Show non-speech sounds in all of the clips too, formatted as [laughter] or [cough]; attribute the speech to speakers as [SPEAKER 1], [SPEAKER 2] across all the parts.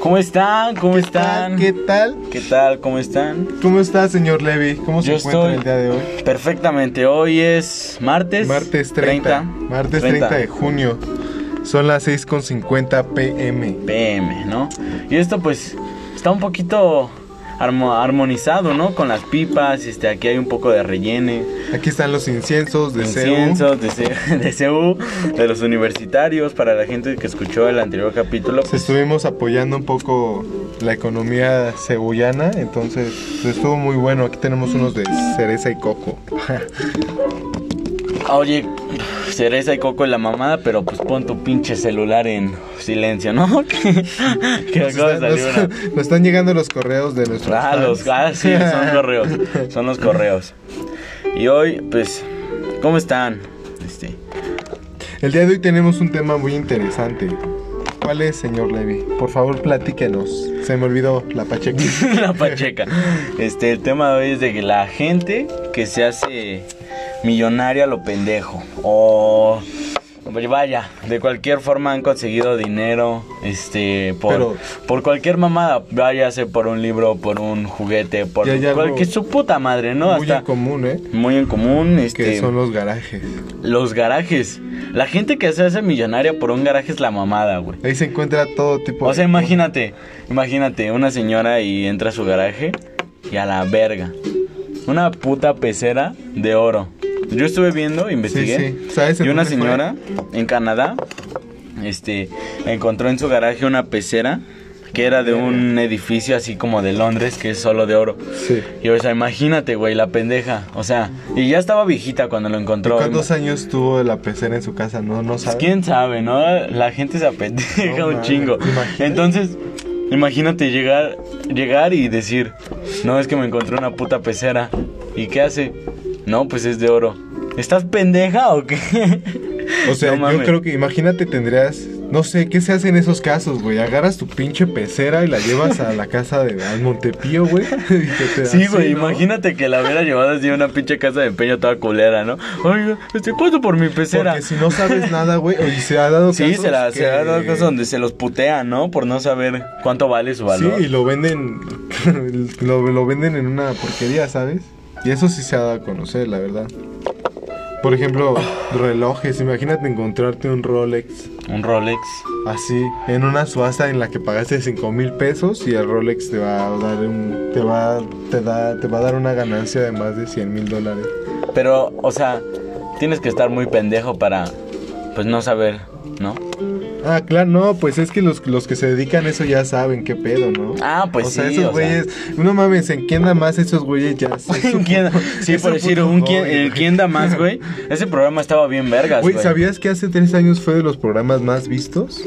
[SPEAKER 1] ¿Cómo están? ¿Cómo
[SPEAKER 2] ¿Qué
[SPEAKER 1] están?
[SPEAKER 2] tal? ¿Qué tal?
[SPEAKER 1] ¿Qué tal? ¿Cómo están?
[SPEAKER 2] ¿Cómo está, señor Levi? ¿Cómo se encuentra el día de hoy?
[SPEAKER 1] perfectamente. Hoy es martes.
[SPEAKER 2] Martes 30. Martes 30. de junio. Son las 6.50 pm.
[SPEAKER 1] PM, ¿no? Y esto pues está un poquito armo- armonizado, ¿no? Con las pipas, este, aquí hay un poco de rellene,
[SPEAKER 2] Aquí están los inciensos de CEU.
[SPEAKER 1] inciensos de, C- [laughs] de CU, de los universitarios, para la gente que escuchó el anterior capítulo. pues,
[SPEAKER 2] Se Estuvimos apoyando un poco la economía ceullana, entonces pues, estuvo muy bueno. Aquí tenemos unos de cereza y coco.
[SPEAKER 1] Ah, Oye, cereza y coco en la mamada, pero pues pon tu pinche celular en silencio, ¿no? [laughs] que que
[SPEAKER 2] Nos
[SPEAKER 1] acaba de
[SPEAKER 2] están,
[SPEAKER 1] salir
[SPEAKER 2] nos-
[SPEAKER 1] una-
[SPEAKER 2] nos están llegando los correos de nuestros
[SPEAKER 1] Ah,
[SPEAKER 2] fans.
[SPEAKER 1] los, ah, sí,
[SPEAKER 2] [laughs]
[SPEAKER 1] son correos. Son los correos. Y hoy, pues, ¿cómo están? Este, [laughs]
[SPEAKER 2] El día de hoy tenemos un tema muy interesante. ¿Cuál es, señor Levi? Por favor, platíquenos. Se me olvidó la pacheca.
[SPEAKER 1] la pacheca. Este, el tema de hoy es de que la gente que se hace millonaria lo pendejo. O. pues, Vaya, de cualquier forma han conseguido dinero, este, por,
[SPEAKER 2] Pero-
[SPEAKER 1] por cualquier mamada, váyase por un libro, por un juguete, por
[SPEAKER 2] Y hay algo
[SPEAKER 1] cualquier su puta madre, [laughs] ¿no?
[SPEAKER 2] muy
[SPEAKER 1] Hasta
[SPEAKER 2] en común, ¿eh?
[SPEAKER 1] muy en común,
[SPEAKER 2] Que
[SPEAKER 1] este,
[SPEAKER 2] son los garajes.
[SPEAKER 1] Los garajes. La gente que se hace millonaria por un garaje es la mamada, güey.
[SPEAKER 2] Ahí se encuentra todo tipo
[SPEAKER 1] O sea, imagínate, imagínate, una señora y entra a su garaje y a la verga. Una puta pecera de oro. Yo estuve viendo, investigué.
[SPEAKER 2] Sí, sí. ¿Sabes en
[SPEAKER 1] Y una
[SPEAKER 2] dónde fue?
[SPEAKER 1] señora en Canadá, este, encontró en su garaje una pecera que era de un edificio así como de Londres que es solo de oro.
[SPEAKER 2] Sí.
[SPEAKER 1] Y o sea, imagínate, güey, la pendeja. O sea, y ya estaba viejita cuando lo encontró.
[SPEAKER 2] ¿Cuántos años tuvo la pecera en su casa? No, no
[SPEAKER 1] Pues,
[SPEAKER 2] sabes.
[SPEAKER 1] ¿Quién sabe, no? La gente se apendeja
[SPEAKER 2] No
[SPEAKER 1] un
[SPEAKER 2] mames,
[SPEAKER 1] chingo.
[SPEAKER 2] ¿te imaginas?
[SPEAKER 1] Entonces, imagínate llegar, llegar y decir, no, es que me encontré una puta pecera. ¿Y qué hace? No, pues es de oro. ¿Estás pendeja o qué?
[SPEAKER 2] O sea,
[SPEAKER 1] No
[SPEAKER 2] yo
[SPEAKER 1] mames.
[SPEAKER 2] creo que, imagínate, tendrías. No sé, ¿qué se hace en esos casos, güey? Agarras tu pinche pecera y la llevas a la casa de al Montepío, güey. [laughs] y que te-
[SPEAKER 1] Sí, güey,
[SPEAKER 2] ¿no?
[SPEAKER 1] imagínate que la hubiera llevado así a una pinche casa de peña toda culera, ¿no? Oiga, estoy puesto por mi pecera.
[SPEAKER 2] Porque si no sabes nada, güey. Y se ha dado
[SPEAKER 1] Sí, se, la,
[SPEAKER 2] casos
[SPEAKER 1] se ha dado
[SPEAKER 2] que-
[SPEAKER 1] casos donde se los putean, ¿no? Por no saber cuánto vale su valor.
[SPEAKER 2] Sí, y lo venden. [laughs] lo, lo venden en una porquería, ¿sabes? Y eso sí se ha dado a conocer, la verdad. Por ejemplo, relojes. Imagínate encontrarte un Rolex
[SPEAKER 1] Un Rolex.
[SPEAKER 2] así en una suaza en la que pagaste 5 mil pesos y el Rolex te va a dar un, te va, te da, te va a dar una ganancia de más de 100 mil dólares.
[SPEAKER 1] Pero, o sea, tienes que estar muy pendejo para, pues, no saber, ¿no?
[SPEAKER 2] Ah, claro, no, pues es que los, los que se dedican a eso ya saben qué pedo, ¿no?
[SPEAKER 1] Ah, pues
[SPEAKER 2] o sea,
[SPEAKER 1] sí, o
[SPEAKER 2] Esos
[SPEAKER 1] sea.
[SPEAKER 2] güeyes, no mames, ¿en quién nada más esos
[SPEAKER 1] [laughs]
[SPEAKER 2] güeyes ya se- [laughs]
[SPEAKER 1] ¿Quién- sí,
[SPEAKER 2] es
[SPEAKER 1] por
[SPEAKER 2] un
[SPEAKER 1] decir,
[SPEAKER 2] puto
[SPEAKER 1] un quién,
[SPEAKER 2] hobby,
[SPEAKER 1] el
[SPEAKER 2] güey.
[SPEAKER 1] quién da más, güey. Ese programa estaba bien vergas, güey.
[SPEAKER 2] [laughs] Güey, ¿sabías que hace tres años fue de los programas más vistos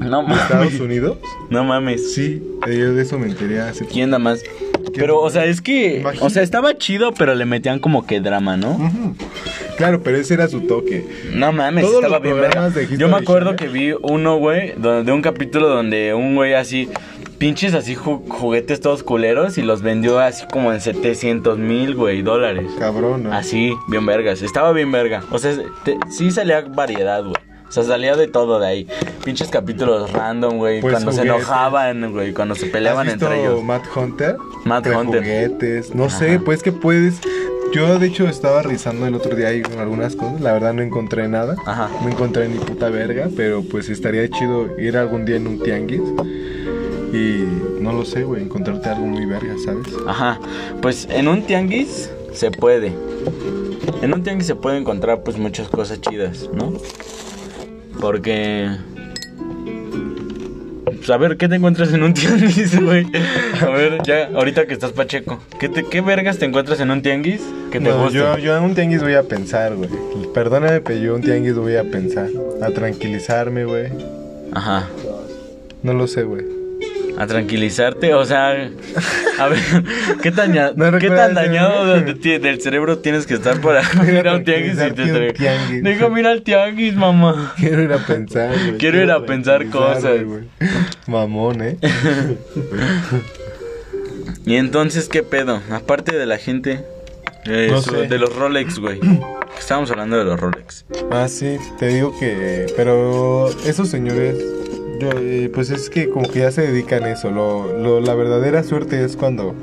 [SPEAKER 1] No
[SPEAKER 2] de Estados
[SPEAKER 1] mames.
[SPEAKER 2] Unidos?
[SPEAKER 1] No mames.
[SPEAKER 2] Sí, eh, yo de eso me enteré hace
[SPEAKER 1] ¿Quién da más? Pero, o sea, es que, o sea,
[SPEAKER 2] Imagínate.
[SPEAKER 1] estaba chido, pero le metían como que drama, ¿no?
[SPEAKER 2] Ujú. Claro, pero ese era su toque.
[SPEAKER 1] No mames,
[SPEAKER 2] Todos
[SPEAKER 1] estaba
[SPEAKER 2] los
[SPEAKER 1] bien verga.
[SPEAKER 2] programas de History
[SPEAKER 1] Yo me acuerdo
[SPEAKER 2] Channel.
[SPEAKER 1] que vi uno, güey, do- de un capítulo donde un güey así, pinches así ju- juguetes todos culeros y los vendió así como en 700 mil, güey, dólares.
[SPEAKER 2] Cabrón, ¿no?
[SPEAKER 1] Así, Ah, bien vergas. Estaba bien verga. O sea, te- sí salía variedad, güey. O sea, salía de todo de ahí. Pinches capítulos random, güey.
[SPEAKER 2] Pues,
[SPEAKER 1] cuando se
[SPEAKER 2] juguetes.
[SPEAKER 1] enojaban, güey. Cuando se peleaban
[SPEAKER 2] ¿Has visto
[SPEAKER 1] entre ellos.
[SPEAKER 2] Matt Hunter?
[SPEAKER 1] Matt
[SPEAKER 2] De
[SPEAKER 1] Hunter.
[SPEAKER 2] juguetes, no sé, pues que puedes. Yo de hecho estaba rizando el otro día ahí con algunas cosas, la verdad no encontré nada.
[SPEAKER 1] Ajá.
[SPEAKER 2] No encontré ni puta verga, pero pues estaría chido ir algún día en un tianguis y no lo sé, güey, encontrarte algo muy verga, ¿sabes?
[SPEAKER 1] Ajá. Pues en un tianguis se puede. En un tianguis se puede encontrar pues muchas cosas chidas, ¿no? Porque... Pues, a ver, ¿qué te encuentras en un [laughs] tianguis, güey? A ver, ya, ahorita que estás pacheco. ¿Qué, te- qué vergas te encuentras en un tianguis que te
[SPEAKER 2] No,
[SPEAKER 1] guste?
[SPEAKER 2] yo, yo en un tianguis voy a pensar, güey. Perdóname, pero yo en un tianguis voy a pensar. A tranquilizarme, güey.
[SPEAKER 1] Ajá.
[SPEAKER 2] No lo sé, güey.
[SPEAKER 1] A tranquilizarte, o sea... A
[SPEAKER 2] [laughs]
[SPEAKER 1] ver, ¿qué tan, ya-
[SPEAKER 2] No
[SPEAKER 1] ¿qué
[SPEAKER 2] recuerdas,
[SPEAKER 1] tan dañado
[SPEAKER 2] güey.
[SPEAKER 1] de ti- del cerebro tienes que estar
[SPEAKER 2] [laughs]
[SPEAKER 1] para ir a un tianguis y
[SPEAKER 2] tranquilizarte un
[SPEAKER 1] te...
[SPEAKER 2] tianguis.
[SPEAKER 1] Digo, mira el tianguis,
[SPEAKER 2] [laughs]
[SPEAKER 1] mamá.
[SPEAKER 2] Quiero ir a pensar,
[SPEAKER 1] [laughs]
[SPEAKER 2] güey.
[SPEAKER 1] Quiero ir a pensar
[SPEAKER 2] tranquilizarme,
[SPEAKER 1] cosas.
[SPEAKER 2] güey. Mamón, ¿eh?
[SPEAKER 1] Y entonces, ¿qué pedo? Aparte de la gente... eh,
[SPEAKER 2] No
[SPEAKER 1] su-
[SPEAKER 2] sé.
[SPEAKER 1] De los Rolex,
[SPEAKER 2] [clears throat]
[SPEAKER 1] güey. Estábamos hablando de los Rolex.
[SPEAKER 2] Ah, sí, te digo que... Pero esos señores yo, eh, pues es que como que ya se dedican a eso. Lo, lo- la verdadera suerte es cuando,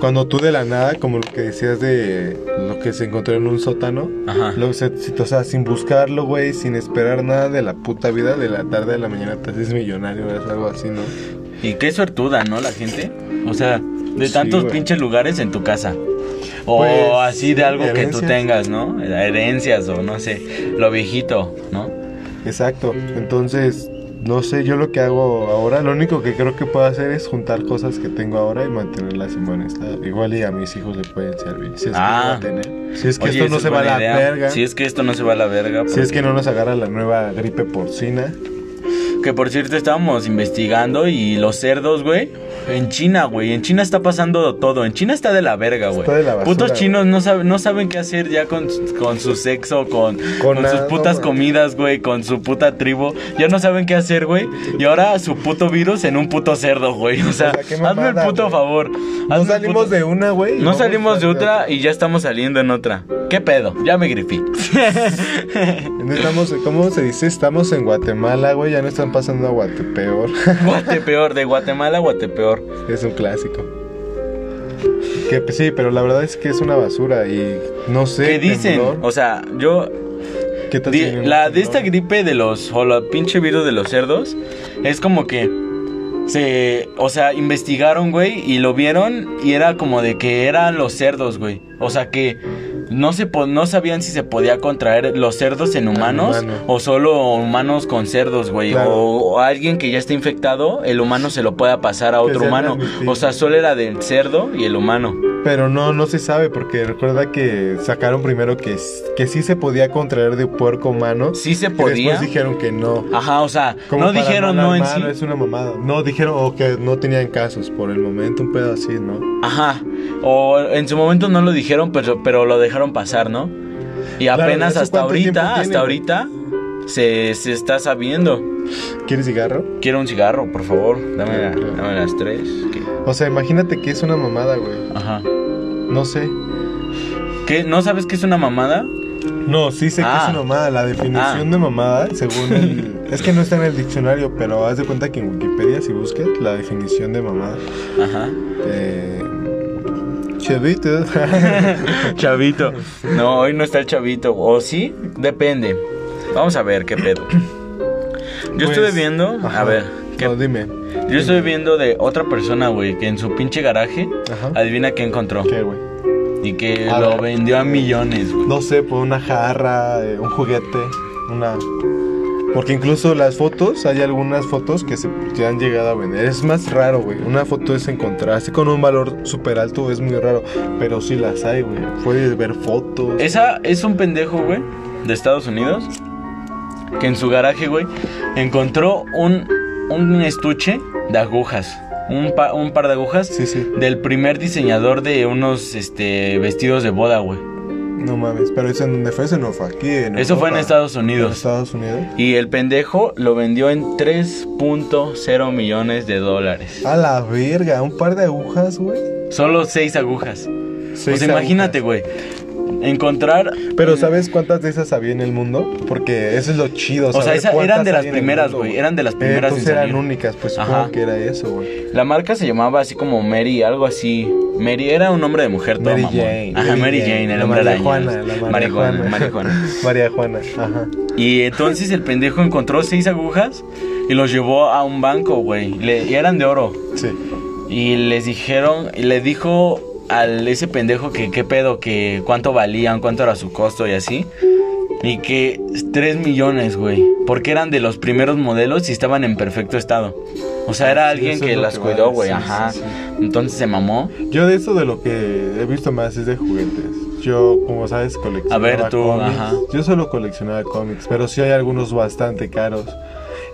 [SPEAKER 2] cuando tú de la nada, como lo que decías de lo que se encontró en un sótano,
[SPEAKER 1] Ajá.
[SPEAKER 2] lo que se- si- o sea, sin buscarlo, güey, sin esperar nada de la puta vida, de la tarde a la mañana te haces millonario, es algo así, ¿no?
[SPEAKER 1] Y qué suertuda, ¿no? La gente. O sea, de
[SPEAKER 2] Sí,
[SPEAKER 1] tantos
[SPEAKER 2] güey.
[SPEAKER 1] pinches lugares en tu casa. O
[SPEAKER 2] Pues,
[SPEAKER 1] así de algo que tú
[SPEAKER 2] herencias.
[SPEAKER 1] tengas, ¿no? Herencias o no sé, lo viejito, ¿no?
[SPEAKER 2] Exacto. Entonces, no sé, yo lo que hago ahora, lo único que creo que puedo hacer es juntar cosas que tengo ahora y mantenerlas en buen estado. Igual y a mis hijos le pueden servir. Si es
[SPEAKER 1] Ah.
[SPEAKER 2] que lo va a tener. Si es que
[SPEAKER 1] Oye,
[SPEAKER 2] esto
[SPEAKER 1] esa
[SPEAKER 2] no
[SPEAKER 1] es
[SPEAKER 2] se va a
[SPEAKER 1] buena
[SPEAKER 2] la
[SPEAKER 1] idea.
[SPEAKER 2] verga.
[SPEAKER 1] Si
[SPEAKER 2] Si es...
[SPEAKER 1] es que esto no se va a la verga.
[SPEAKER 2] que no nos agarra la nueva gripe porcina.
[SPEAKER 1] Que por cierto estábamos investigando y los cerdos, güey. En China, güey. En China está pasando todo. En China está de la verga, güey.
[SPEAKER 2] Está de la basura,
[SPEAKER 1] Putos
[SPEAKER 2] güey.
[SPEAKER 1] chinos no, saben no saben qué hacer ya con, con su sexo, con, con, sus
[SPEAKER 2] nada,
[SPEAKER 1] putas
[SPEAKER 2] güey.
[SPEAKER 1] comidas, güey. Con su puta tribu. Ya no saben qué hacer, güey. Y ahora su puto virus en un puto cerdo, güey. O sea,
[SPEAKER 2] sea, qué
[SPEAKER 1] hazme el
[SPEAKER 2] mamada,
[SPEAKER 1] puto
[SPEAKER 2] güey.
[SPEAKER 1] favor. Hazme
[SPEAKER 2] No
[SPEAKER 1] el
[SPEAKER 2] salimos
[SPEAKER 1] puto-
[SPEAKER 2] de una, güey. y
[SPEAKER 1] No
[SPEAKER 2] vamos
[SPEAKER 1] salimos de
[SPEAKER 2] hacia
[SPEAKER 1] otra y ya estamos saliendo en otra. ¿Qué pedo? Ya me grifé.
[SPEAKER 2] Estamos, ¿Cómo se dice? Estamos en Guatemala, güey. Ya no están pasando a Guatepeor.
[SPEAKER 1] Guatepeor, de Guatemala a Guatepeor.
[SPEAKER 2] [laughs] Es un clásico. Que pues, sí, pero la verdad es que es una basura y no sé.
[SPEAKER 1] ¿Qué dicen?
[SPEAKER 2] temblor.
[SPEAKER 1] O sea, yo
[SPEAKER 2] ¿Qué tal
[SPEAKER 1] Di-
[SPEAKER 2] si viene un
[SPEAKER 1] la de
[SPEAKER 2] temblor?
[SPEAKER 1] esta gripe de los o la pinche virus de los cerdos es como que se, o sea, investigaron, güey, y lo vieron y era como de que eran los cerdos, güey. O sea, que no se po- no sabían si se podía contraer los cerdos en humanos
[SPEAKER 2] humano.
[SPEAKER 1] o solo humanos con cerdos, güey,
[SPEAKER 2] Claro.
[SPEAKER 1] o, o alguien que ya está infectado, el humano se lo pueda pasar a
[SPEAKER 2] Que
[SPEAKER 1] otro
[SPEAKER 2] sea
[SPEAKER 1] humano.
[SPEAKER 2] transmisible.
[SPEAKER 1] O sea, solo era del cerdo y el humano.
[SPEAKER 2] Pero no, no se sabe porque recuerda que sacaron primero que, s- que sí se podía contraer de puerco humano.
[SPEAKER 1] Sí se
[SPEAKER 2] y
[SPEAKER 1] podía.
[SPEAKER 2] Después dijeron que no.
[SPEAKER 1] Ajá, o sea,
[SPEAKER 2] Como
[SPEAKER 1] no
[SPEAKER 2] para
[SPEAKER 1] dijeron no en sí.
[SPEAKER 2] alarmarlo, Es una mamada. No, dijeron o que no tenían casos por el momento, un pedo así, ¿no?
[SPEAKER 1] Ajá. O en su momento no lo dijeron, pero, pero lo dejaron pasar, ¿no? Y
[SPEAKER 2] Claro,
[SPEAKER 1] apenas
[SPEAKER 2] ¿eso
[SPEAKER 1] hasta
[SPEAKER 2] cuánto tiempo
[SPEAKER 1] ahorita, hasta
[SPEAKER 2] tiene?
[SPEAKER 1] ahorita, se, se está sabiendo.
[SPEAKER 2] ¿Quieres cigarro?
[SPEAKER 1] Quiero un cigarro, por favor. Dame, la-
[SPEAKER 2] Claro.
[SPEAKER 1] dame las tres. que-
[SPEAKER 2] O sea, imagínate que es una mamada, güey.
[SPEAKER 1] Ajá.
[SPEAKER 2] No sé.
[SPEAKER 1] ¿Qué? ¿No sabes qué es una mamada?
[SPEAKER 2] No, sí sé
[SPEAKER 1] Ah.
[SPEAKER 2] que es una mamada. La definición
[SPEAKER 1] Ah.
[SPEAKER 2] de mamada, según el- [laughs] es que no está en el diccionario, pero haz de cuenta que en Wikipedia, si buscas la definición de mamada. [laughs]
[SPEAKER 1] Ajá.
[SPEAKER 2] Eh, [laughs] chavito.
[SPEAKER 1] Chavito. No, hoy no está el chavito. ¿O sí? Depende. Vamos a ver qué pedo. Yo
[SPEAKER 2] Pues,
[SPEAKER 1] estuve viendo. A
[SPEAKER 2] ajá.
[SPEAKER 1] ver. ¿qué-
[SPEAKER 2] No, dime.
[SPEAKER 1] yo estuve viendo de otra persona, güey, que en su pinche garaje.
[SPEAKER 2] Ajá.
[SPEAKER 1] Adivina qué encontró.
[SPEAKER 2] ¿Qué, güey?
[SPEAKER 1] Y que
[SPEAKER 2] A
[SPEAKER 1] lo
[SPEAKER 2] ver.
[SPEAKER 1] vendió a millones, güey.
[SPEAKER 2] No sé, pues una jarra, eh, un juguete, una. Porque incluso las fotos, hay algunas fotos que se que han llegado a vender. Es más raro, güey. Una foto es encontrar así con un valor súper alto, es muy raro. Pero sí las hay, güey. Puedes ver fotos.
[SPEAKER 1] Esa es un pendejo, güey, de Estados Unidos. Que en su garaje, güey, encontró un, un estuche de agujas. Un, pa- un par de agujas
[SPEAKER 2] Sí, sí.
[SPEAKER 1] del primer diseñador de unos este, vestidos de boda, güey.
[SPEAKER 2] No mames, pero eso en donde fue, eso no fue aquí. en
[SPEAKER 1] Eso fue en
[SPEAKER 2] Europa.
[SPEAKER 1] Estados
[SPEAKER 2] En
[SPEAKER 1] Unidos.
[SPEAKER 2] Estados Unidos.
[SPEAKER 1] Y el pendejo lo vendió en 3.0 millones de dólares.
[SPEAKER 2] A la verga, un par de agujas, güey.
[SPEAKER 1] Solo seis agujas.
[SPEAKER 2] Seis
[SPEAKER 1] o sea, imagínate,
[SPEAKER 2] agujas.
[SPEAKER 1] güey. Encontrar. eh,
[SPEAKER 2] Pero ¿sabes cuántas de esas había en el mundo? Porque eso es lo chido.
[SPEAKER 1] O sea,
[SPEAKER 2] saber
[SPEAKER 1] esa- eran
[SPEAKER 2] cuántas
[SPEAKER 1] de las
[SPEAKER 2] hay en el
[SPEAKER 1] primeras,
[SPEAKER 2] mundo, Eh,
[SPEAKER 1] güey, eran de las primeras en
[SPEAKER 2] Entonces eran
[SPEAKER 1] salir.
[SPEAKER 2] únicas, pues
[SPEAKER 1] Ajá.
[SPEAKER 2] supongo que era eso, güey.
[SPEAKER 1] La marca se llamaba así como Mary, algo así. Mary era un nombre de mujer, todo
[SPEAKER 2] Mary
[SPEAKER 1] mamón.
[SPEAKER 2] Jane.
[SPEAKER 1] Ajá, Mary Jane, el
[SPEAKER 2] la
[SPEAKER 1] hombre
[SPEAKER 2] María
[SPEAKER 1] araña.
[SPEAKER 2] Juana, la María
[SPEAKER 1] Marihuana,
[SPEAKER 2] Juana.
[SPEAKER 1] [laughs] marihuana.
[SPEAKER 2] [laughs] María Juana, ajá.
[SPEAKER 1] Y entonces el pendejo encontró seis agujas y los llevó a un banco, güey. Le- Y eran de oro.
[SPEAKER 2] Sí.
[SPEAKER 1] Y les dijeron, y le dijo al ese pendejo que qué pedo, que cuánto valían, cuánto era su costo y así. Y que 3 millones, güey. Porque eran de los primeros modelos y estaban en perfecto estado. O sea, era
[SPEAKER 2] Ah, Sí,
[SPEAKER 1] alguien
[SPEAKER 2] eso es
[SPEAKER 1] que
[SPEAKER 2] lo
[SPEAKER 1] las
[SPEAKER 2] que
[SPEAKER 1] cuidó,
[SPEAKER 2] vale,
[SPEAKER 1] güey.
[SPEAKER 2] sí,
[SPEAKER 1] Ajá.
[SPEAKER 2] sí,
[SPEAKER 1] Entonces se mamó.
[SPEAKER 2] Yo de eso de lo que he visto más es de juguetes. Yo, como sabes, coleccionaba
[SPEAKER 1] A ver, tú,
[SPEAKER 2] cómics.
[SPEAKER 1] ajá.
[SPEAKER 2] Yo solo coleccionaba cómics, pero sí hay algunos bastante caros.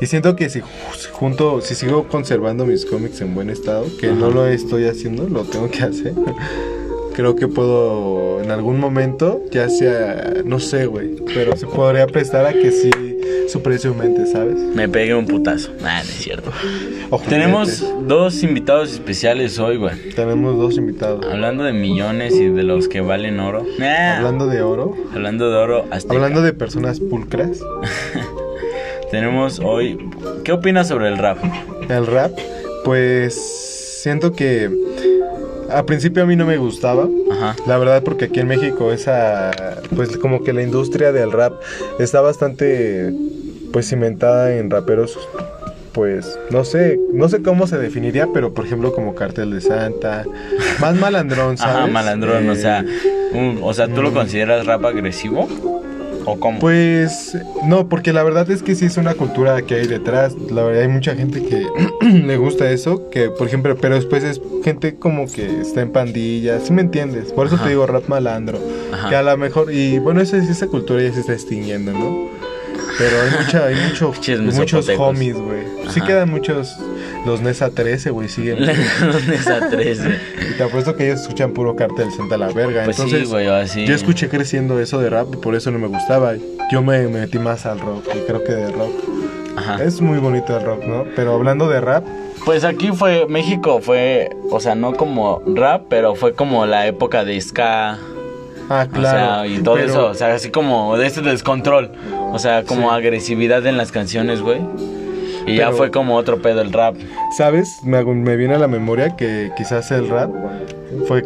[SPEAKER 2] Y siento que si ju- junto, si sigo conservando mis cómics en buen estado, que no lo estoy haciendo, lo tengo que hacer. [laughs] Creo que puedo en algún momento, ya sea, no sé, güey, pero se podría prestar a que sí su precio aumente, ¿sabes?
[SPEAKER 1] Me pegué un putazo. Nah, no es cierto.
[SPEAKER 2] O juguetes.
[SPEAKER 1] Tenemos dos invitados especiales hoy, güey.
[SPEAKER 2] tenemos dos invitados.
[SPEAKER 1] Hablando de millones y de los que valen oro. Nah.
[SPEAKER 2] Hablando de oro,
[SPEAKER 1] Hablando Ah. de oro azteca.
[SPEAKER 2] hablando de personas pulcras.
[SPEAKER 1] Tenemos hoy. ¿Qué opinas sobre el rap?
[SPEAKER 2] El rap, pues siento que a principio a mí no me gustaba.
[SPEAKER 1] Ajá.
[SPEAKER 2] La verdad porque aquí en México esa pues como que la industria del rap está bastante pues cimentada en raperos pues no sé, no sé cómo se definiría, pero por ejemplo como Cartel de Santa, más malandrón, ¿sabes?
[SPEAKER 1] Ajá, malandrón, o
[SPEAKER 2] Eh,
[SPEAKER 1] sea. un- o sea, ¿tú lo consideras rap agresivo? ¿O cómo? [laughs]
[SPEAKER 2] Pues no, porque la verdad es que sí es una cultura que hay detrás. La verdad hay mucha gente que [clears throat] le gusta eso, que por ejemplo, pero después es gente como que está en pandillas, ¿sí me entiendes? Por eso
[SPEAKER 1] Ajá.
[SPEAKER 2] te digo rap malandro,
[SPEAKER 1] Ajá.
[SPEAKER 2] que a lo mejor y bueno, esa esa cultura ya se está extinguiendo, ¿no? Pero hay mucha hay
[SPEAKER 1] [laughs]
[SPEAKER 2] mucho
[SPEAKER 1] Pinches
[SPEAKER 2] muchos
[SPEAKER 1] mesopotecos.
[SPEAKER 2] homies, güey. Sí
[SPEAKER 1] Ajá.
[SPEAKER 2] quedan muchos los Nesa 13, güey, siguen.
[SPEAKER 1] [laughs] ¿Dónde a tres, güey?
[SPEAKER 2] y te apuesto que ellos escuchan puro cartel Santa la verga,
[SPEAKER 1] Pues
[SPEAKER 2] entonces
[SPEAKER 1] sí, güey, así.
[SPEAKER 2] yo escuché creciendo eso de rap y por eso no me gustaba. Yo me metí más al rock y creo que de rock.
[SPEAKER 1] Ajá.
[SPEAKER 2] Es muy bonito el rock, ¿no? Pero hablando de rap,
[SPEAKER 1] Pues aquí fue, México fue, o sea, no como rap, pero fue como la época de ska,
[SPEAKER 2] ah, claro.
[SPEAKER 1] o sea, y todo
[SPEAKER 2] pero-
[SPEAKER 1] eso, o sea, así como de este descontrol, o sea, como
[SPEAKER 2] Sí.
[SPEAKER 1] agresividad en las canciones, güey. Y ya
[SPEAKER 2] Pero-
[SPEAKER 1] fue como otro pedo el rap.
[SPEAKER 2] ¿Sabes? Me, hago- me viene a la memoria que quizás el rap fue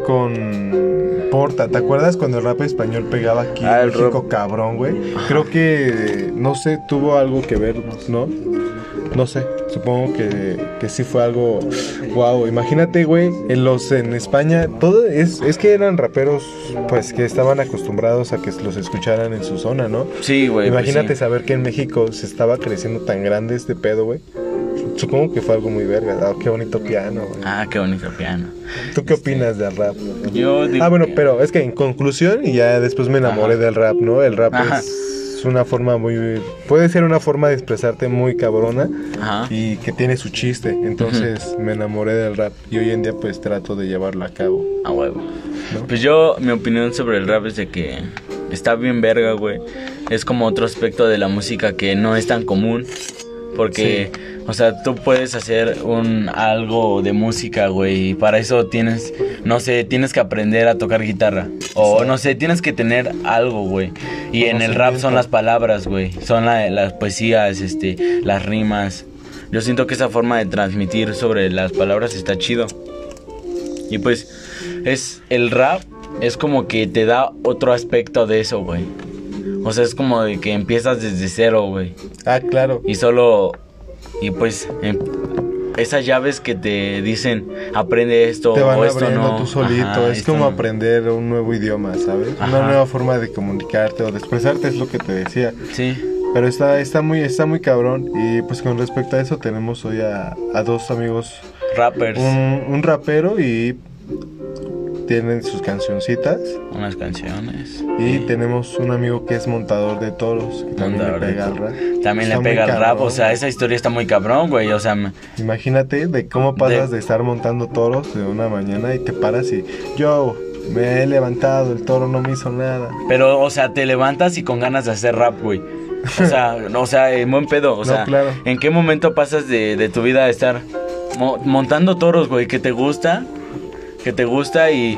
[SPEAKER 2] con Porta. ¿Te acuerdas cuando el rap español pegaba aquí
[SPEAKER 1] Ah,
[SPEAKER 2] en
[SPEAKER 1] el
[SPEAKER 2] México, cabrón, güey? Creo que, no sé, tuvo algo que ver, ¿no? No sé, supongo que, que sí fue algo wow. Imagínate, güey, en los en España, todo es, es que eran raperos pues que estaban acostumbrados a que los escucharan en su zona, ¿no?
[SPEAKER 1] Sí, güey. pues
[SPEAKER 2] Imagínate
[SPEAKER 1] sí.
[SPEAKER 2] saber que en México se estaba creciendo tan grande este pedo, güey. Supongo que fue algo muy verga. Ah, qué bonito piano, güey.
[SPEAKER 1] Ah, qué bonito piano.
[SPEAKER 2] ¿Tú qué opinas del rap?
[SPEAKER 1] Yo digo
[SPEAKER 2] Ah, bueno,
[SPEAKER 1] que-
[SPEAKER 2] pero es que en conclusión, y ya después me enamoré
[SPEAKER 1] Ajá.
[SPEAKER 2] del rap, ¿no? El rap
[SPEAKER 1] Ajá.
[SPEAKER 2] es una forma muy. Puede ser una forma de expresarte muy cabrona
[SPEAKER 1] Ajá.
[SPEAKER 2] y que tiene su chiste. Entonces me enamoré del rap y hoy en día, pues trato de llevarlo a cabo.
[SPEAKER 1] A huevo. Pues yo, mi opinión sobre el rap es de que está bien verga, güey. Es como otro aspecto de la música que no es tan común. Porque, o sea, tú puedes hacer un algo de música, güey. Y para eso tienes, no sé, tienes que aprender a tocar guitarra. O no sé, tienes que tener algo, güey. Y en el rap son las palabras, güey. Son la- las poesías, este, las rimas. Yo siento que esa forma de transmitir sobre las palabras está chido. Y pues es el rap es como que te da otro aspecto de eso, güey. O sea, es como de que empiezas desde cero, güey.
[SPEAKER 2] Ah, claro.
[SPEAKER 1] Y solo y pues em- esas llaves que te dicen aprende esto
[SPEAKER 2] Te van
[SPEAKER 1] o esto
[SPEAKER 2] abriendo
[SPEAKER 1] no.
[SPEAKER 2] tú solito.
[SPEAKER 1] Ajá,
[SPEAKER 2] es
[SPEAKER 1] esto
[SPEAKER 2] como
[SPEAKER 1] no.
[SPEAKER 2] aprender un nuevo idioma, ¿sabes?
[SPEAKER 1] Ajá.
[SPEAKER 2] Una nueva forma de comunicarte o de expresarte, es lo que te decía.
[SPEAKER 1] Sí.
[SPEAKER 2] Pero está, está, muy, está muy cabrón. Y pues con respecto a eso, tenemos hoy a, a dos amigos:
[SPEAKER 1] Rappers,
[SPEAKER 2] un, un rapero y tienen sus cancioncitas.
[SPEAKER 1] unas canciones.
[SPEAKER 2] Y tenemos un amigo que es montador de toros, que también
[SPEAKER 1] Montador
[SPEAKER 2] le
[SPEAKER 1] de
[SPEAKER 2] pega al
[SPEAKER 1] toros.
[SPEAKER 2] rap.
[SPEAKER 1] También
[SPEAKER 2] Está
[SPEAKER 1] le
[SPEAKER 2] muy
[SPEAKER 1] pega el rap, o
[SPEAKER 2] cabrón.
[SPEAKER 1] sea, esa historia está muy cabrón, güey. O sea, me-
[SPEAKER 2] Imagínate de cómo pasas
[SPEAKER 1] De-
[SPEAKER 2] de... estar montando toros de una mañana y te paras y yo me he levantado, el toro no me hizo nada.
[SPEAKER 1] pero, o sea, te levantas y con ganas de hacer rap, güey. O
[SPEAKER 2] [laughs]
[SPEAKER 1] sea, no, o sea, en buen pedo. O
[SPEAKER 2] No,
[SPEAKER 1] sea,
[SPEAKER 2] claro.
[SPEAKER 1] ¿en qué momento pasas de, de tu vida a estar mo- montando toros, güey? Que te gusta, que te gusta y.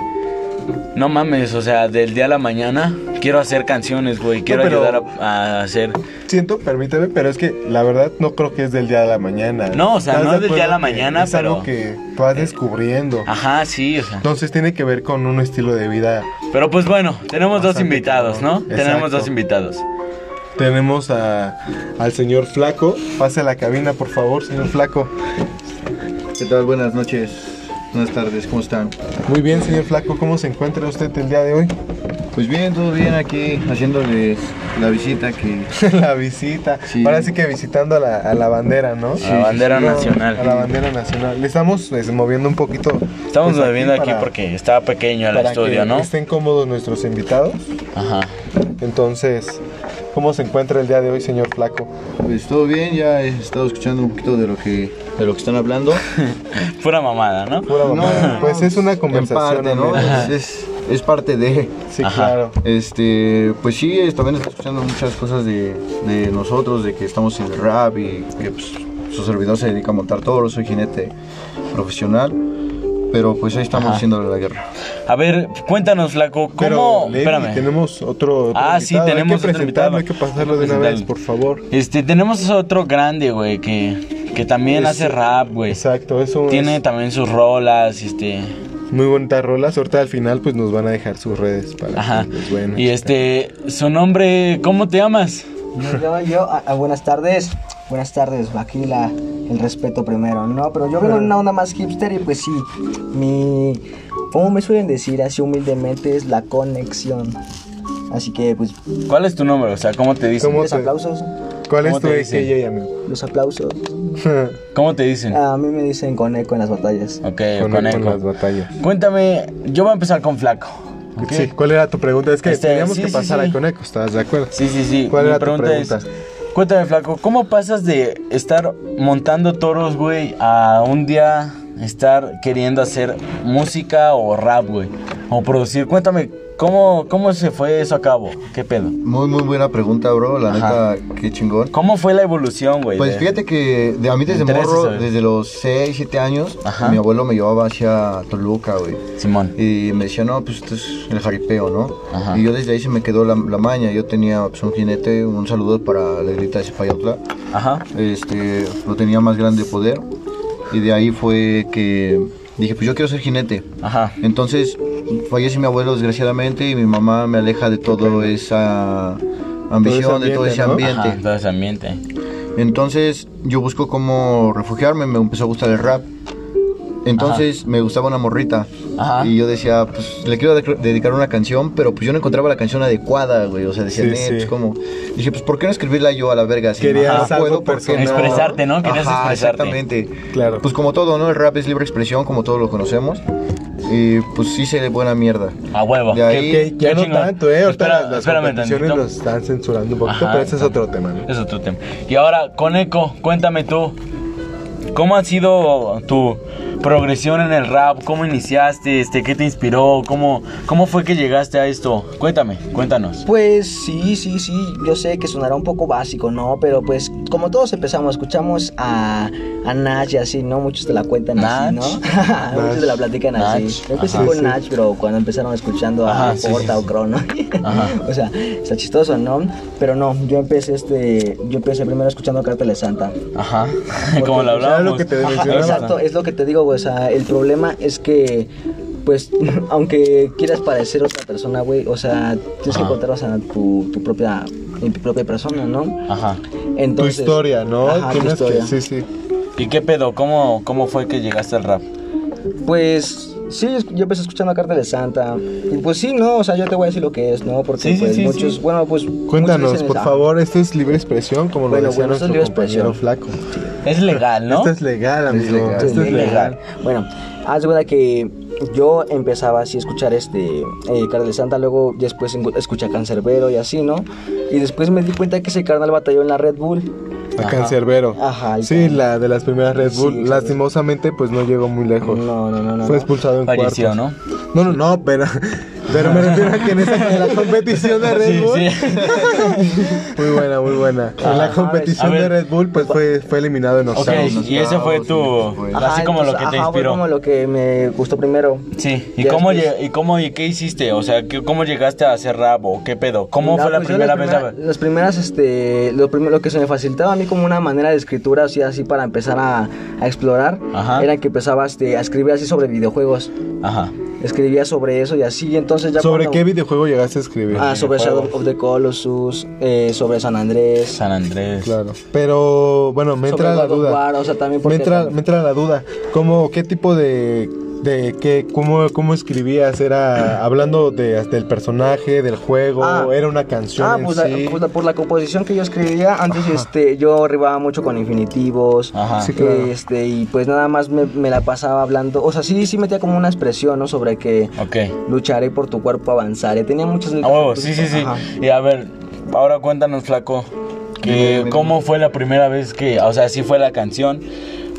[SPEAKER 1] No mames, o sea, del día a la mañana quiero hacer canciones, güey. Quiero
[SPEAKER 2] pero-
[SPEAKER 1] ayudar a, a hacer.
[SPEAKER 2] Siento, permíteme, pero es que la verdad no creo que es del día de la mañana.
[SPEAKER 1] No, o sea,
[SPEAKER 2] ¿Estás
[SPEAKER 1] no
[SPEAKER 2] de
[SPEAKER 1] es del día
[SPEAKER 2] acuerdo
[SPEAKER 1] a la
[SPEAKER 2] que
[SPEAKER 1] mañana,
[SPEAKER 2] es algo
[SPEAKER 1] pero- eh, ah.
[SPEAKER 2] que vas descubriendo.
[SPEAKER 1] Ajá, sí, o sea.
[SPEAKER 2] Entonces tiene que ver con un estilo de vida.
[SPEAKER 1] Pero pues bueno, tenemos dos
[SPEAKER 2] Bastante
[SPEAKER 1] invitados, ¿no?
[SPEAKER 2] cabrón.
[SPEAKER 1] Tenemos
[SPEAKER 2] Exacto.
[SPEAKER 1] dos invitados.
[SPEAKER 2] Tenemos a, al señor Flaco. Pase a la cabina, por favor, señor Flaco.
[SPEAKER 3] ¿Qué tal? Buenas noches, buenas tardes, ¿cómo están?
[SPEAKER 2] Muy bien, señor Flaco, ¿cómo se encuentra usted el día de hoy?
[SPEAKER 3] Pues bien, todo bien aquí, haciéndoles la visita que...
[SPEAKER 2] [laughs] la visita.
[SPEAKER 3] Sí.
[SPEAKER 2] Ahora sí que visitando a la, a la bandera, ¿no?
[SPEAKER 1] A la bandera
[SPEAKER 2] No,
[SPEAKER 1] nacional.
[SPEAKER 2] A la bandera nacional. Le estamos es, moviendo un poquito.
[SPEAKER 1] Estamos
[SPEAKER 2] pues,
[SPEAKER 1] moviendo aquí,
[SPEAKER 2] para-
[SPEAKER 1] porque estaba pequeño el
[SPEAKER 2] para
[SPEAKER 1] estudio,
[SPEAKER 2] que este
[SPEAKER 1] ¿no?
[SPEAKER 2] estén cómodos nuestros invitados.
[SPEAKER 1] Ajá.
[SPEAKER 2] Entonces, ¿cómo se encuentra el día de hoy, señor Flaco?
[SPEAKER 3] Pues todo bien, ya he estado escuchando un poquito de lo que, de lo que
[SPEAKER 2] [laughs]
[SPEAKER 3] están hablando.
[SPEAKER 1] Pura mamada, ¿no?
[SPEAKER 2] Pura mamada. pues es una
[SPEAKER 3] en
[SPEAKER 2] conversación.
[SPEAKER 3] parte, ¿no?
[SPEAKER 2] amena.
[SPEAKER 3] Es, es- es parte de...
[SPEAKER 2] Sí,
[SPEAKER 1] Ajá.
[SPEAKER 2] claro.
[SPEAKER 3] Este, pues sí, es- también estoy escuchando muchas cosas de, de nosotros, de que estamos en el rap y que pues, su servidor se dedica a montar toros, soy jinete profesional. Pero pues ahí estamos haciéndole la guerra.
[SPEAKER 1] A ver, cuéntanos, Flaco, ¿cómo?
[SPEAKER 2] Levi,
[SPEAKER 1] Espérame.
[SPEAKER 2] tenemos otro, otro
[SPEAKER 1] Ah, sí,
[SPEAKER 2] invitado.
[SPEAKER 1] tenemos
[SPEAKER 2] Hay
[SPEAKER 1] otro
[SPEAKER 2] que
[SPEAKER 1] invitado.
[SPEAKER 2] presentarlo, hay que pasarlo de una
[SPEAKER 1] Presentarlo.
[SPEAKER 2] vez, por favor.
[SPEAKER 1] Este, tenemos otro grande, güey, que, que también
[SPEAKER 2] Es-
[SPEAKER 1] hace rap, güey.
[SPEAKER 2] Exacto, eso
[SPEAKER 1] Tiene
[SPEAKER 2] es
[SPEAKER 1] también sus rolas, este.
[SPEAKER 2] muy bonitas rolas. Ahorita al final pues nos van a dejar sus redes para
[SPEAKER 1] Ajá.
[SPEAKER 2] que, pues, bueno.
[SPEAKER 1] Y este, su nombre, ¿cómo te llamas?
[SPEAKER 4] Me llamo yo, ah, ah, buenas tardes, buenas tardes, aquí la, el respeto primero, ¿no? Pero yo vengo en una onda más hipster y pues sí, mi, como me suelen decir así humildemente, es la conexión. Así que pues
[SPEAKER 1] ¿Cuál es tu nombre? O sea, ¿cómo te dicen? ¿Cómo,
[SPEAKER 2] ¿Cómo
[SPEAKER 4] los
[SPEAKER 2] te-
[SPEAKER 4] aplausos,
[SPEAKER 2] ¿Cuál
[SPEAKER 1] ¿Cómo
[SPEAKER 2] es tu
[SPEAKER 1] te dicen? Eh,
[SPEAKER 2] AKJ, amigo?
[SPEAKER 4] los aplausos.
[SPEAKER 2] [laughs]
[SPEAKER 1] te dicen?
[SPEAKER 4] A mí me dicen coneco en las batallas.
[SPEAKER 1] ok,
[SPEAKER 2] Ah, con, E, con
[SPEAKER 1] conejo.
[SPEAKER 2] las batallas.
[SPEAKER 1] Cuéntame, yo voy a empezar con Flaco. ¿ok?
[SPEAKER 2] Sí, ¿cuál era tu pregunta? Es que
[SPEAKER 1] Este,
[SPEAKER 2] teníamos
[SPEAKER 1] sí,
[SPEAKER 2] que
[SPEAKER 1] sí,
[SPEAKER 2] pasar
[SPEAKER 1] sí.
[SPEAKER 2] a Coneco, ¿estabas de acuerdo?
[SPEAKER 1] Sí, sí, sí.
[SPEAKER 2] ¿Cuál
[SPEAKER 1] Mi
[SPEAKER 2] era tu
[SPEAKER 1] pregunta
[SPEAKER 2] pregunta?
[SPEAKER 1] es, cuéntame, Flaco, ¿cómo pasas de estar montando toros, güey, a un día estar queriendo hacer música o rap, güey? O producir. Cuéntame, ¿cómo, cómo se fue eso a cabo? ¿Qué pedo?
[SPEAKER 3] Muy, muy buena pregunta, bro. La
[SPEAKER 1] Ajá.
[SPEAKER 3] neta, qué chingón.
[SPEAKER 1] ¿Cómo fue la evolución, güey?
[SPEAKER 3] Pues
[SPEAKER 1] de-
[SPEAKER 3] fíjate que de, a mí desde
[SPEAKER 1] interesa
[SPEAKER 3] morro,
[SPEAKER 1] saber.
[SPEAKER 3] desde los 6, 7 años,
[SPEAKER 1] Ajá.
[SPEAKER 3] mi abuelo me llevaba hacia Toluca, güey.
[SPEAKER 1] Simón.
[SPEAKER 3] Y me decía, no, pues esto es el jaripeo, ¿no?
[SPEAKER 1] Ajá.
[SPEAKER 3] Y yo desde ahí se me quedó la, la maña. Yo tenía pues, un jinete, un saludo para la grita de Cepayotla.
[SPEAKER 1] Ajá.
[SPEAKER 3] Este, lo tenía más grande poder. Y de ahí fue que dije, pues yo quiero ser jinete.
[SPEAKER 1] Ajá.
[SPEAKER 3] Entonces fallece mi abuelo desgraciadamente y mi mamá me aleja de todo esa ambición, de todo
[SPEAKER 2] ambiente,
[SPEAKER 3] ese
[SPEAKER 2] ¿no?
[SPEAKER 3] ambiente.
[SPEAKER 1] Ajá, todo ese ambiente.
[SPEAKER 3] Entonces yo busco cómo refugiarme, me empezó a gustar el rap. Entonces me gustaba una morrita.
[SPEAKER 1] Ajá.
[SPEAKER 3] Y yo decía, pues le quiero de- dedicar una canción, pero pues yo no encontraba la canción adecuada, güey. O sea, decía,
[SPEAKER 2] Sí,
[SPEAKER 3] "Nee,
[SPEAKER 2] sí.
[SPEAKER 3] pues como. Dije, pues ¿por qué no escribirla yo a la verga? Si
[SPEAKER 2] Querías
[SPEAKER 3] no
[SPEAKER 2] algo
[SPEAKER 3] ¿por qué
[SPEAKER 2] personal.
[SPEAKER 1] Expresarte, ¿no? Querías
[SPEAKER 3] Ajá,
[SPEAKER 1] expresarte.
[SPEAKER 3] Exactamente.
[SPEAKER 2] Claro.
[SPEAKER 3] Pues como todo, ¿no? El rap es libre expresión, como todos lo conocemos. Y pues hice buena mierda.
[SPEAKER 1] A huevo.
[SPEAKER 3] De ahí-
[SPEAKER 1] Qué-
[SPEAKER 2] Que ya
[SPEAKER 1] qué
[SPEAKER 2] no
[SPEAKER 1] chingón.
[SPEAKER 2] tanto, ¿eh? Ahorita
[SPEAKER 1] Espera-
[SPEAKER 2] las- las
[SPEAKER 1] espérame
[SPEAKER 2] competiciones
[SPEAKER 1] tantito.
[SPEAKER 2] nos están censurando un poquito,
[SPEAKER 1] Ajá,
[SPEAKER 2] pero ese es otro tema, ¿no?
[SPEAKER 1] Eso es otro tema. Y ahora, Coneco, cuéntame tú. ¿Cómo ha sido tu progresión en el rap? ¿Cómo iniciaste? Este, ¿Qué te inspiró? ¿Cómo, ¿Cómo fue que llegaste a esto? Cuéntame, cuéntanos.
[SPEAKER 4] Pues sí, sí, sí, yo sé que sonará un poco básico, ¿no? Pero pues como todos empezamos, escuchamos a, a Nach y así, ¿no? Muchos te la cuentan así, ¿no? [laughs] Muchos te la platican así.
[SPEAKER 1] Nach,
[SPEAKER 4] Yo empecé
[SPEAKER 1] ajá.
[SPEAKER 4] con
[SPEAKER 2] Sí, sí.
[SPEAKER 4] Nach, bro, cuando empezaron escuchando a
[SPEAKER 1] Ajá, sí,
[SPEAKER 4] Porta
[SPEAKER 1] sí,
[SPEAKER 4] o Crono.
[SPEAKER 1] Ajá.
[SPEAKER 4] [laughs] o sea, está chistoso, ¿no? Pero no, yo empecé este, yo empecé primero escuchando Cartel de Santa.
[SPEAKER 1] Ajá. [laughs] Como lo
[SPEAKER 2] pues, ya
[SPEAKER 1] hablábamos.
[SPEAKER 2] lo que te
[SPEAKER 1] Ajá,
[SPEAKER 2] mencionaba.
[SPEAKER 4] Exacto, es lo que te digo, güey. O sea, el problema es que, pues, [laughs] aunque quieras parecer otra persona, güey, o sea, tienes que
[SPEAKER 1] Ajá.
[SPEAKER 4] encontrar, o sea, tu, tu propia, tu propia persona, ¿no?
[SPEAKER 1] Ajá.
[SPEAKER 2] Tu
[SPEAKER 4] Entonces,
[SPEAKER 2] historia, ¿no?
[SPEAKER 4] Ajá, tu
[SPEAKER 2] Tienes que-
[SPEAKER 4] historia.
[SPEAKER 2] Sí, sí.
[SPEAKER 1] ¿Y qué pedo? ¿Cómo, ¿Cómo fue que llegaste al rap?
[SPEAKER 4] Pues sí, es- yo empecé escuchando a Carta de Santa. Y pues sí, no, o sea, yo te voy a decir lo que es, ¿no? Porque
[SPEAKER 1] Sí, sí,
[SPEAKER 4] pues,
[SPEAKER 1] sí,
[SPEAKER 4] muchos,
[SPEAKER 1] sí.
[SPEAKER 4] bueno, pues. muchos
[SPEAKER 2] Cuéntanos,
[SPEAKER 4] dicen,
[SPEAKER 2] por
[SPEAKER 4] ah,
[SPEAKER 2] favor, esto es libre expresión, como
[SPEAKER 4] Bueno,
[SPEAKER 2] lo decía
[SPEAKER 4] bueno, esto es
[SPEAKER 2] nuestro
[SPEAKER 4] libre
[SPEAKER 2] compañero flaco.
[SPEAKER 1] Es legal, ¿no?
[SPEAKER 2] Esto es legal, amigo.
[SPEAKER 3] legal.
[SPEAKER 2] Esto es
[SPEAKER 4] Sí,
[SPEAKER 2] legal.
[SPEAKER 4] Bueno, haz de cuenta que yo empezaba así a escuchar este eh, Carnal de Santa, luego después en- escuché a Cancerbero y así, ¿no? Y después me di cuenta que ese carnal batalló en la Red Bull.
[SPEAKER 2] A Cancerbero.
[SPEAKER 4] Ajá, el
[SPEAKER 2] Sí,
[SPEAKER 4] can-
[SPEAKER 2] la de las primeras Red
[SPEAKER 4] Sí,
[SPEAKER 2] Bull.
[SPEAKER 4] exacto.
[SPEAKER 2] Lastimosamente, pues no llegó muy lejos.
[SPEAKER 4] No, no, no, no.
[SPEAKER 2] Fue
[SPEAKER 4] no.
[SPEAKER 2] expulsado en
[SPEAKER 1] Falleció,
[SPEAKER 2] cuartos. ¿no? No, no, pero, [laughs] pero me refiero a que en, esa, en la competición de Red
[SPEAKER 1] Sí,
[SPEAKER 2] Bull.
[SPEAKER 1] sí.
[SPEAKER 2] [laughs]
[SPEAKER 1] Ah,
[SPEAKER 2] Muy buena, muy buena. en la
[SPEAKER 4] Ajá,
[SPEAKER 2] competición
[SPEAKER 1] a ver.
[SPEAKER 2] de Red Bull, pues fue, fue eliminado
[SPEAKER 1] [laughs]
[SPEAKER 2] en
[SPEAKER 1] Ok,
[SPEAKER 2] octavos.
[SPEAKER 1] y ese fue tu.
[SPEAKER 3] Ajá,
[SPEAKER 1] Así como lo
[SPEAKER 4] entonces,
[SPEAKER 1] que te
[SPEAKER 4] ajá, fue
[SPEAKER 1] inspiró.
[SPEAKER 4] como lo que me gustó primero.
[SPEAKER 1] Sí, ¿y
[SPEAKER 4] Ya
[SPEAKER 1] cómo,
[SPEAKER 4] después-
[SPEAKER 1] lle- y cómo y qué hiciste? O sea, ¿qué- ¿cómo llegaste a hacer rap o qué pedo? ¿Cómo
[SPEAKER 4] No,
[SPEAKER 1] fue la
[SPEAKER 4] pues, yo
[SPEAKER 1] primera
[SPEAKER 4] las
[SPEAKER 1] vez?
[SPEAKER 4] primera-
[SPEAKER 1] a-
[SPEAKER 4] Las primeras, este, lo, primero, lo que se me facilitaba a mí como una manera de escritura, así, así para empezar a, a explorar,
[SPEAKER 1] Ajá.
[SPEAKER 4] era que empezaba este, a escribir así sobre videojuegos.
[SPEAKER 1] Ajá.
[SPEAKER 4] Escribía sobre eso y así, entonces ya
[SPEAKER 2] ¿Sobre
[SPEAKER 4] cuando-
[SPEAKER 2] qué videojuego llegaste a escribir?
[SPEAKER 4] Ah, sobre Shadow of the Colossus, eh, sobre San Andrés.
[SPEAKER 1] San Andrés.
[SPEAKER 2] Claro. Pero bueno, me
[SPEAKER 4] Sobre
[SPEAKER 2] entra la
[SPEAKER 4] God of
[SPEAKER 2] duda.
[SPEAKER 4] War, o sea, también
[SPEAKER 2] me,
[SPEAKER 4] porque
[SPEAKER 2] entra,
[SPEAKER 4] tam-
[SPEAKER 2] me entra la duda. ¿Cómo, qué tipo de, de qué, cómo, cómo escribías? ¿Era hablando de, del personaje, del juego?
[SPEAKER 4] Ah.
[SPEAKER 2] ¿Era una canción
[SPEAKER 4] Ah,
[SPEAKER 2] en
[SPEAKER 4] pues, la-
[SPEAKER 2] sí?
[SPEAKER 4] pues la- por la composición que yo escribía, antes este, yo arribaba mucho con infinitivos.
[SPEAKER 1] Ajá.
[SPEAKER 2] Sí, claro.
[SPEAKER 4] Este, y pues nada más me, me la pasaba hablando. O sea, sí, sí metía como una expresión, ¿no? Sobre que
[SPEAKER 1] Ok.
[SPEAKER 4] lucharé por tu cuerpo, avanzaré. Tenía muchas
[SPEAKER 1] A
[SPEAKER 4] letras.
[SPEAKER 1] huevo, sí, sí, sí.
[SPEAKER 4] Ajá.
[SPEAKER 1] Y a ver, ahora cuéntanos, flaco, que cómo fue la primera vez que, o sea, sí fue la canción,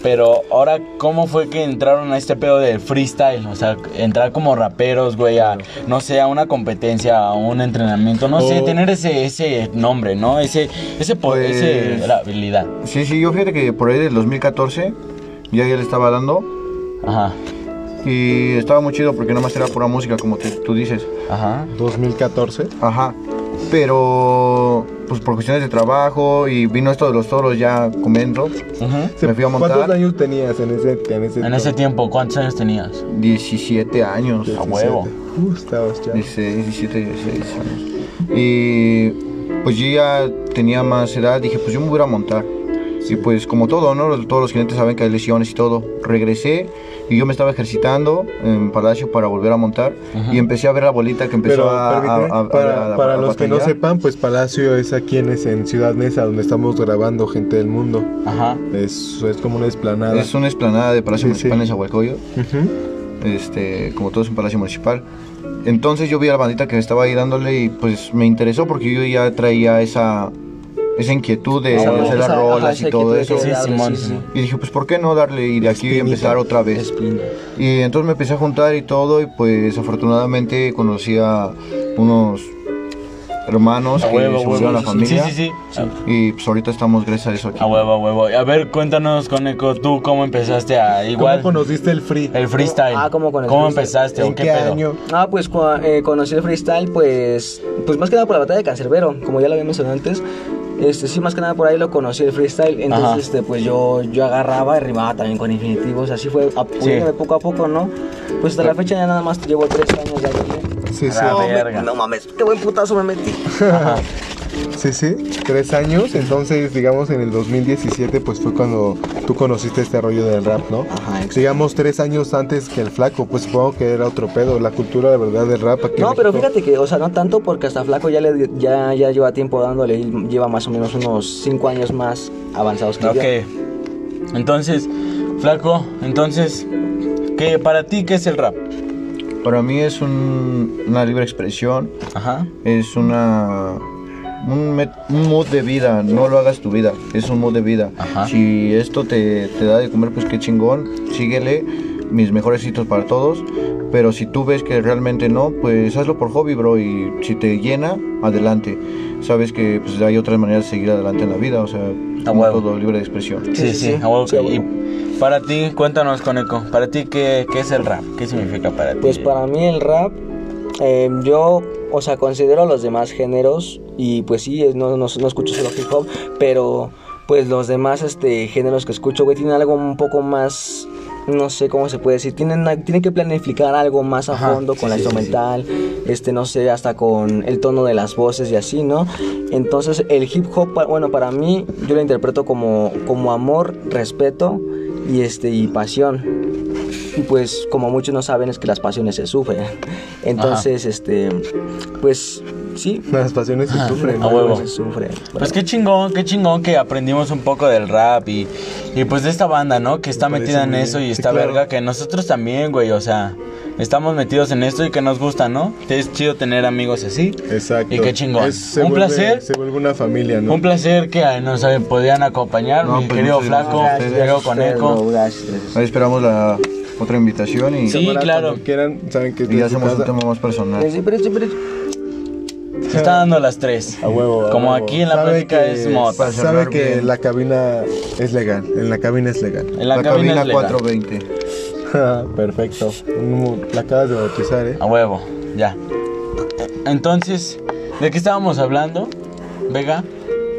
[SPEAKER 1] pero ahora cómo fue que entraron a este pedo del freestyle, o sea, entrar como raperos, güey, a, no sé, a una competencia, a un entrenamiento, no
[SPEAKER 4] Oh.
[SPEAKER 1] sé,
[SPEAKER 2] O-
[SPEAKER 1] tener ese, ese nombre, ¿no? Ese, ese, po-
[SPEAKER 3] Pues-
[SPEAKER 1] ese- la habilidad.
[SPEAKER 3] Sí, sí, yo fíjate que por ahí del 2014 ya ya le estaba dando.
[SPEAKER 1] Ajá.
[SPEAKER 3] Y estaba muy chido porque nada más era pura música, como te- tú dices.
[SPEAKER 1] Ajá.
[SPEAKER 2] 2014.
[SPEAKER 3] Ajá. Pero, pues por cuestiones de trabajo y vino esto de los toros ya comento.
[SPEAKER 1] Ujú.
[SPEAKER 3] Me fui a montar.
[SPEAKER 2] ¿Cuántos años tenías en ese en ese
[SPEAKER 1] En ese tiempo, ¿cuántos años tenías?
[SPEAKER 3] 17 años.
[SPEAKER 1] A huevo.
[SPEAKER 2] Uh, estabas chavo.
[SPEAKER 3] 16, 17, 16 años. Y pues yo ya tenía más edad, dije, pues yo me voy a ir a montar. Y pues como todo, ¿no? Todos los clientes saben que hay lesiones y todo. Regresé y yo me estaba ejercitando en Palacio para volver a montar. Y empecé a ver la bolita que empezó
[SPEAKER 2] Pero
[SPEAKER 3] a, a-
[SPEAKER 2] permíteme,
[SPEAKER 3] a- a-
[SPEAKER 2] para,
[SPEAKER 3] a-
[SPEAKER 2] para
[SPEAKER 3] a
[SPEAKER 2] los que no
[SPEAKER 3] batallar.
[SPEAKER 2] sepan, pues Palacio es aquí en, es- en Ciudad Neza, donde estamos grabando gente del mundo.
[SPEAKER 1] Ajá.
[SPEAKER 2] Es, es como una esplanada.
[SPEAKER 3] Es una esplanada de
[SPEAKER 2] Sí,
[SPEAKER 3] Palacio Municipal
[SPEAKER 2] sí.
[SPEAKER 3] en Zahualcoyo.
[SPEAKER 2] Ujú.
[SPEAKER 3] este, como todo es un palacio municipal. Entonces yo vi a la bandita que estaba ahí dándole y pues me interesó porque yo ya traía esa, esa inquietud de
[SPEAKER 1] Ah, bueno.
[SPEAKER 3] Eh, hacer las
[SPEAKER 4] Esa- ajá,
[SPEAKER 3] rolas
[SPEAKER 4] esa
[SPEAKER 3] y todo
[SPEAKER 4] actitud de
[SPEAKER 3] eso.
[SPEAKER 4] que
[SPEAKER 1] Sí,
[SPEAKER 4] darle,
[SPEAKER 1] Simón,
[SPEAKER 4] sí,
[SPEAKER 1] Simón.
[SPEAKER 3] Y dije, pues ¿por qué no darle y de aquí
[SPEAKER 2] Espinita.
[SPEAKER 3] empezar otra
[SPEAKER 4] sí.
[SPEAKER 3] vez?
[SPEAKER 4] Espina.
[SPEAKER 3] Y entonces me empecé a juntar y todo y pues afortunadamente conocí a unos hermanos
[SPEAKER 1] A
[SPEAKER 3] que
[SPEAKER 1] huevo, a
[SPEAKER 3] se volvieron
[SPEAKER 1] huevo.
[SPEAKER 3] la familia.
[SPEAKER 1] Sí, sí, sí.
[SPEAKER 3] Y pues ahorita estamos gracias a eso aquí.
[SPEAKER 1] A huevo, a huevo. A ver, cuéntanos, Coneco, tú cómo empezaste a igual
[SPEAKER 2] ¿Cómo conociste el free?
[SPEAKER 1] el freestyle.
[SPEAKER 4] Ah, ¿cómo con el freestyle?
[SPEAKER 1] empezaste o
[SPEAKER 2] ¿En
[SPEAKER 1] qué,
[SPEAKER 2] qué,
[SPEAKER 1] pedo?
[SPEAKER 2] año?
[SPEAKER 4] Ah, pues cua- eh, conocí el freestyle, pues, pues más que nada por la batalla de Cancerbero, como ya lo había mencionado antes. Este, sí, más que nada por ahí lo conocí el freestyle.
[SPEAKER 1] Ajá.
[SPEAKER 4] Entonces, este, pues yo, yo agarraba y rimaba también con infinitivos. Así fue, apoyándome poco a poco, ¿no? Pues hasta la fecha ya nada más llevo tres años de hacerle.
[SPEAKER 2] Sí, sí.
[SPEAKER 1] Ah,
[SPEAKER 4] No, me-
[SPEAKER 1] verga.
[SPEAKER 4] no mames, qué buen putazo me metí.
[SPEAKER 1] Ajá.
[SPEAKER 2] Sí, sí, tres años. Entonces, digamos, en el 2017, pues fue cuando tú conociste este rollo del rap, ¿no?
[SPEAKER 4] Ajá, exacto.
[SPEAKER 2] Digamos, tres años antes que el flaco, pues supongo que era otro pedo. La cultura, la verdad, del rap aquí. en
[SPEAKER 4] [laughs] No, pero
[SPEAKER 2] México.
[SPEAKER 4] fíjate que, o sea, no tanto porque hasta Flaco ya, le, ya, ya lleva tiempo dándole, y lleva más o menos unos cinco años más avanzados que yo.
[SPEAKER 1] Ok. Entonces, Flaco, entonces, ¿qué, para ti qué es el rap?
[SPEAKER 3] Para mí es un- una libre expresión,
[SPEAKER 1] Ajá.
[SPEAKER 3] es una un, met- un mood de vida, no lo hagas tu vida, es un mood de vida.
[SPEAKER 1] Ajá.
[SPEAKER 3] Si esto te, te da de comer, pues qué chingón, síguele, mis mejores éxitos para todos, pero si tú ves que realmente no, pues hazlo por hobby, bro, y si te llena, adelante. Sabes que pues, hay otras maneras de seguir adelante en la vida, o sea, como
[SPEAKER 1] huevo.
[SPEAKER 3] todo libre de expresión.
[SPEAKER 1] Sí, sí,
[SPEAKER 4] Sí, sí, sí.
[SPEAKER 1] a huevo.
[SPEAKER 4] Sí, a
[SPEAKER 1] Y para ti, cuéntanos, Coneco, para ti qué, qué es el rap? ¿Qué significa para ti?
[SPEAKER 4] Pues para mí el rap, eh, yo, o sea, considero los demás géneros y pues sí, es- no, no, no escucho solo hip hop, pero pues los demás este, géneros que escucho, güey, tienen algo un poco más, no sé cómo se puede decir, tienen, a- tienen que planificar algo más a
[SPEAKER 1] Ajá,
[SPEAKER 4] fondo
[SPEAKER 1] sí,
[SPEAKER 4] con la
[SPEAKER 1] sí, sí,
[SPEAKER 4] instrumental, este, no sé, hasta con el tono de las voces y así, ¿no? Entonces el hip hop, pa- bueno, para mí yo lo interpreto como, como amor, respeto y, este, y pasión. Y pues como muchos no saben es que las pasiones se sufren. Entonces, este, pues sí,
[SPEAKER 2] Las pasiones se sufren.
[SPEAKER 1] A huevo.
[SPEAKER 4] se sufre.
[SPEAKER 1] Pues qué chingón, qué chingón que aprendimos un poco del rap y, y pues de esta banda, ¿no? Que está
[SPEAKER 2] Me parece
[SPEAKER 1] metida en
[SPEAKER 2] muy
[SPEAKER 1] eso y
[SPEAKER 2] bien. Sí,
[SPEAKER 1] está
[SPEAKER 2] claro.
[SPEAKER 1] verga, que nosotros también, güey, o sea, estamos metidos en esto y que nos gusta, ¿no? Es chido tener amigos así.
[SPEAKER 2] Exacto.
[SPEAKER 1] Y qué chingón.
[SPEAKER 2] Es- se
[SPEAKER 1] Un
[SPEAKER 2] vuelve-
[SPEAKER 1] placer.
[SPEAKER 2] Se vuelve una familia, Eh, ¿no?
[SPEAKER 1] Un placer que eh, nos eh, podían acompañar,
[SPEAKER 3] No,
[SPEAKER 1] mi
[SPEAKER 3] pues,
[SPEAKER 1] querido
[SPEAKER 3] muchas gracias
[SPEAKER 1] Flaco,
[SPEAKER 3] a
[SPEAKER 1] mi
[SPEAKER 3] ustedes.
[SPEAKER 1] querido
[SPEAKER 4] Pero,
[SPEAKER 1] Coneco.
[SPEAKER 4] gracias.
[SPEAKER 3] Ahí esperamos la otra invitación y,
[SPEAKER 1] Sí,
[SPEAKER 2] Ahora,
[SPEAKER 1] claro.
[SPEAKER 2] cuando quieran, saben que es
[SPEAKER 3] y
[SPEAKER 2] de su
[SPEAKER 3] hacemos un
[SPEAKER 2] casa.
[SPEAKER 3] tema más personal.
[SPEAKER 4] Sí, pero- sí, pero-
[SPEAKER 1] Se está dando las tres.
[SPEAKER 2] A huevo. a
[SPEAKER 1] Como
[SPEAKER 2] huevo.
[SPEAKER 1] aquí en la
[SPEAKER 2] Sabe
[SPEAKER 1] plática
[SPEAKER 2] que-
[SPEAKER 1] es mota.
[SPEAKER 3] Para
[SPEAKER 2] Sabe
[SPEAKER 3] cerrar
[SPEAKER 2] que
[SPEAKER 3] bien.
[SPEAKER 2] la cabina es legal. En la cabina es legal.
[SPEAKER 1] [laughs]
[SPEAKER 2] [laughs]
[SPEAKER 1] En la, cabina, es legal.
[SPEAKER 3] 420.
[SPEAKER 2] Perfecto. Un- La acabas de bautizar, ¿eh?
[SPEAKER 1] A huevo, ya. Entonces, ¿de qué estábamos hablando? Vega.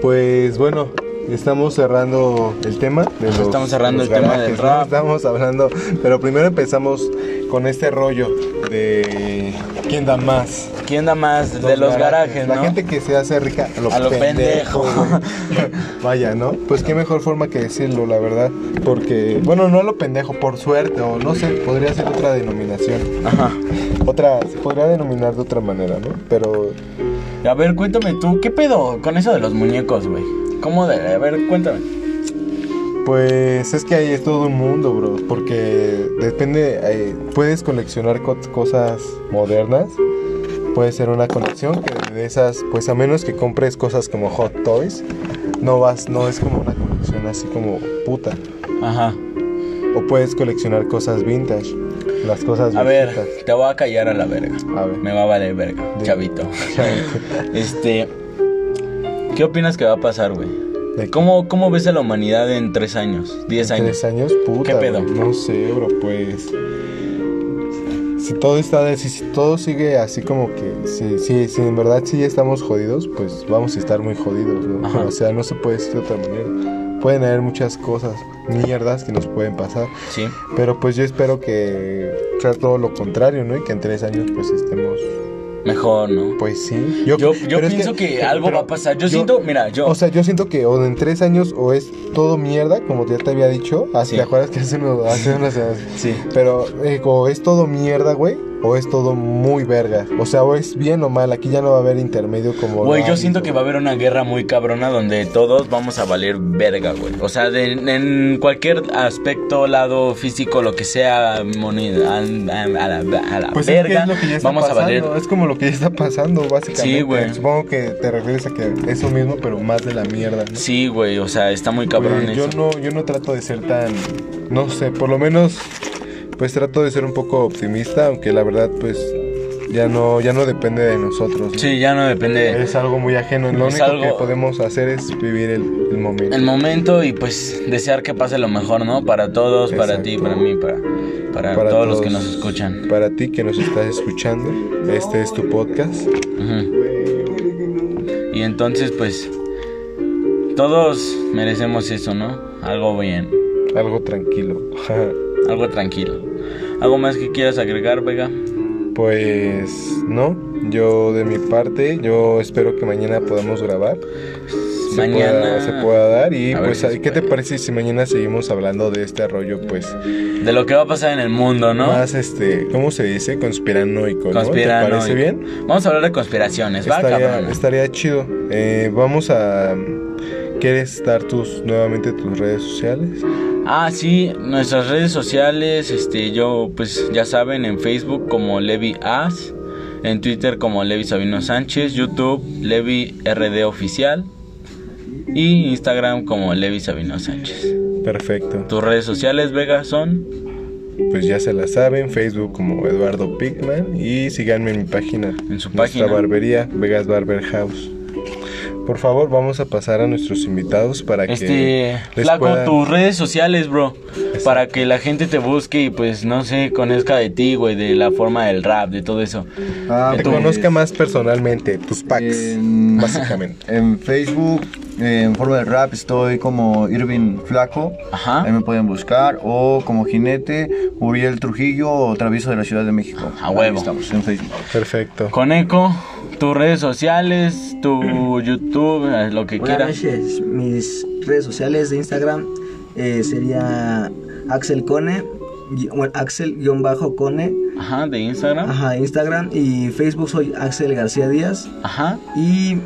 [SPEAKER 2] Pues bueno, estamos cerrando el tema. de los-
[SPEAKER 1] Estamos cerrando
[SPEAKER 2] los
[SPEAKER 1] el tema del
[SPEAKER 2] garajes, ¿no?
[SPEAKER 1] rap.
[SPEAKER 2] Estamos hablando, pero primero empezamos con este rollo de quién da más.
[SPEAKER 1] ¿Quién da más? de Pues los garajes,
[SPEAKER 2] La
[SPEAKER 1] ¿no?
[SPEAKER 2] gente que se hace rica a lo,
[SPEAKER 1] A lo pendejo.
[SPEAKER 2] güey. [laughs] Vaya, ¿no? Pues qué mejor forma que decirlo, la verdad. Porque, bueno, no a lo pendejo, por suerte, o no sé, podría ser otra denominación.
[SPEAKER 1] Ajá.
[SPEAKER 2] Otra, se podría denominar de otra manera, ¿no? Pero
[SPEAKER 1] A ver, cuéntame tú, ¿qué pedo con eso de los muñecos, güey? ¿Cómo de.? A ver, cuéntame.
[SPEAKER 2] Pues es que ahí es todo un mundo, bro. Porque depende, eh, puedes coleccionar co- cosas modernas. Puede ser una colección que de esas, pues a menos que compres cosas como Hot Toys, no vas, no es como una colección así como puta.
[SPEAKER 1] Ajá.
[SPEAKER 2] O puedes coleccionar cosas vintage, las cosas
[SPEAKER 1] A ver,
[SPEAKER 2] viejitas.
[SPEAKER 1] te voy a callar a la verga.
[SPEAKER 2] A ver. [laughs]
[SPEAKER 1] Me va a valer verga,
[SPEAKER 2] De-
[SPEAKER 1] chavito. Este. ¿Qué opinas que va a pasar, güey? [laughs]
[SPEAKER 2] ¿De
[SPEAKER 1] ¿Cómo, ¿Cómo ves a la humanidad en tres años? Diez años.
[SPEAKER 2] Tres años, puta.
[SPEAKER 1] ¿Qué pedo?
[SPEAKER 2] güey. No sé, bro, pues. si todo está, de- si, si todo sigue así como que, si, si, si en verdad sí estamos jodidos, pues vamos a estar muy jodidos, ¿no?
[SPEAKER 1] Ajá.
[SPEAKER 2] O sea, no se puede decir de otra manera. Pueden haber muchas cosas, mierdas que nos pueden pasar,
[SPEAKER 1] Sí.
[SPEAKER 2] pero pues yo espero que sea todo lo contrario, ¿no? Y que en tres años pues estemos,
[SPEAKER 1] Mejor, ¿no?
[SPEAKER 2] pues sí.
[SPEAKER 1] Yo,
[SPEAKER 2] pero
[SPEAKER 1] yo
[SPEAKER 2] es eh,
[SPEAKER 1] pienso que, algo
[SPEAKER 2] pero
[SPEAKER 1] va a pasar. Yo, siento, mira, yo.
[SPEAKER 2] O sea, yo siento que o en tres años o es todo mierda, como ya te había dicho, así
[SPEAKER 1] Sí.
[SPEAKER 2] te acuerdas que hace, uno- hace unas semanas.
[SPEAKER 1] sí.
[SPEAKER 2] Pero eh, o es todo mierda, güey, o es todo muy verga. O sea, o es bien o mal, aquí ya no va a haber intermedio como...
[SPEAKER 1] Güey,
[SPEAKER 2] lo
[SPEAKER 1] yo
[SPEAKER 2] hay,
[SPEAKER 1] siento
[SPEAKER 2] güey.
[SPEAKER 1] que va a haber una guerra muy cabrona donde todos vamos a valer verga, güey. O sea, de- en cualquier aspecto, lado físico, lo que sea, moneda, a, a- a la, a la
[SPEAKER 2] Pues es que
[SPEAKER 1] verga,
[SPEAKER 2] es lo que ya está
[SPEAKER 1] vamos
[SPEAKER 2] pasando,
[SPEAKER 1] a valer.
[SPEAKER 2] es como lo que ya está pasando, básicamente.
[SPEAKER 1] Sí, güey.
[SPEAKER 2] Supongo que te refieres a que eso mismo, pero más de la mierda, ¿no?
[SPEAKER 1] Sí, güey, o sea, está muy cabrón
[SPEAKER 2] Güey,
[SPEAKER 1] eso.
[SPEAKER 2] yo no, yo no trato de ser tan, no sé, por lo menos, pues trato de ser un poco optimista, aunque la verdad, pues, ya no, ya no depende de nosotros. ¿no?
[SPEAKER 1] Sí, ya no depende
[SPEAKER 2] Es algo muy ajeno. Lo
[SPEAKER 1] Es
[SPEAKER 2] único que
[SPEAKER 1] algo-
[SPEAKER 2] podemos hacer es vivir el, el momento.
[SPEAKER 1] el momento y pues desear que pase lo mejor, ¿no? Para todos, para ti, para
[SPEAKER 2] Exacto.
[SPEAKER 1] mí, para, para,
[SPEAKER 2] Para
[SPEAKER 1] todos los que nos escuchan.
[SPEAKER 2] Para ti que nos estás escuchando, este es tu podcast.
[SPEAKER 1] Ujú. Y entonces, pues, todos merecemos eso, ¿no? Algo bien,
[SPEAKER 2] Algo tranquilo. [laughs]
[SPEAKER 1] algo tranquilo. ¿Algo más que quieras agregar, Vega?
[SPEAKER 2] pues no, yo de mi parte, yo espero que mañana podamos grabar. Se
[SPEAKER 1] Mañana
[SPEAKER 2] pueda- se pueda dar. Y
[SPEAKER 1] A ver
[SPEAKER 2] pues,
[SPEAKER 1] si se
[SPEAKER 2] ¿qué te
[SPEAKER 1] puede.
[SPEAKER 2] parece si mañana seguimos hablando de este rollo, pues,
[SPEAKER 1] De lo que va a pasar en el mundo, ¿no?
[SPEAKER 2] más, este, ¿cómo se dice? Conspiranoico, ¿no? ¿Te
[SPEAKER 1] Conspiranoico.
[SPEAKER 2] parece bien?
[SPEAKER 1] Vamos a hablar de conspiraciones, ¿va,
[SPEAKER 2] Estaría,
[SPEAKER 1] cabrón?
[SPEAKER 2] estaría chido. Eh, vamos a. ¿Quieres dar tus nuevamente tus redes sociales?
[SPEAKER 1] Ah, sí, nuestras redes sociales, este, yo, pues ya saben, en Facebook como Levi As, en Twitter como Levi Sabino Sánchez, YouTube Levi RD Oficial y Instagram como Levi Sabino Sánchez.
[SPEAKER 2] Perfecto.
[SPEAKER 1] Tus redes sociales, Vega, son
[SPEAKER 2] Pues ya se la saben, Facebook como Eduardo Pigman y síganme en mi página.
[SPEAKER 1] En su
[SPEAKER 2] Nuestra
[SPEAKER 1] página.
[SPEAKER 2] barbería, Vegas Barber House. Por favor, vamos a pasar a nuestros invitados para que
[SPEAKER 1] este
[SPEAKER 2] les
[SPEAKER 1] flaco
[SPEAKER 2] puedan-
[SPEAKER 1] tus redes sociales, bro, para que la gente te busque y pues no sé, conozca de ti, güey, de la forma del rap, de todo eso.
[SPEAKER 3] Ah,
[SPEAKER 2] te
[SPEAKER 1] tú-
[SPEAKER 2] conozca más personalmente, tus packs, [laughs]
[SPEAKER 3] En-
[SPEAKER 2] básicamente.
[SPEAKER 3] En Facebook, eh, en forma de rap, estoy como Irving Flaco.
[SPEAKER 1] Ajá.
[SPEAKER 3] Ahí me pueden buscar. O como Jinete, Uriel Trujillo o Travieso de la Ciudad de México.
[SPEAKER 1] A huevo.
[SPEAKER 3] Ahí estamos en Facebook.
[SPEAKER 2] Perfecto.
[SPEAKER 1] Coneco, tus redes sociales, tu YouTube, eh, lo que
[SPEAKER 4] Buenas
[SPEAKER 1] quieras.
[SPEAKER 4] noches. Mis redes sociales de Instagram eh, sería Axel Cone, gui- bueno, Axel-Cone,
[SPEAKER 1] Ajá, de Instagram.
[SPEAKER 4] ajá, Instagram y Facebook soy Axel García Díaz
[SPEAKER 1] Ajá.
[SPEAKER 4] y,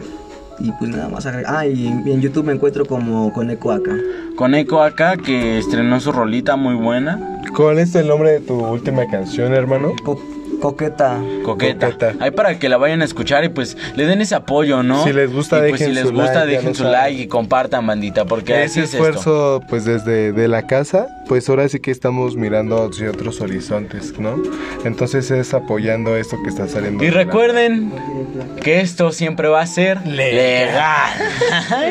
[SPEAKER 4] y pues nada más agregar. Ah, y, y en YouTube me encuentro como Coneco acá.
[SPEAKER 1] Coneco acá que estrenó su rolita muy buena,
[SPEAKER 2] ¿Cuál es el nombre de tu última canción, hermano?
[SPEAKER 4] Co- coqueta.
[SPEAKER 1] coqueta.
[SPEAKER 2] Coqueta.
[SPEAKER 1] Ahí para que la vayan a escuchar y pues le den ese apoyo, ¿no?
[SPEAKER 2] Si les gusta,
[SPEAKER 1] y pues,
[SPEAKER 2] dejen
[SPEAKER 1] si les
[SPEAKER 2] su
[SPEAKER 1] gusta
[SPEAKER 2] like, ya
[SPEAKER 1] dejen
[SPEAKER 2] lo
[SPEAKER 1] su
[SPEAKER 2] saben.
[SPEAKER 1] like y compartan, bandita, porque así
[SPEAKER 2] ese
[SPEAKER 1] es esto.
[SPEAKER 2] esfuerzo, pues desde de la casa, pues ahora sí que estamos mirando hacia otros horizontes, ¿no? Entonces es apoyando esto que está saliendo.
[SPEAKER 1] Y
[SPEAKER 2] de la-
[SPEAKER 1] recuerden que esto siempre va a ser
[SPEAKER 2] [laughs]
[SPEAKER 1] legal. A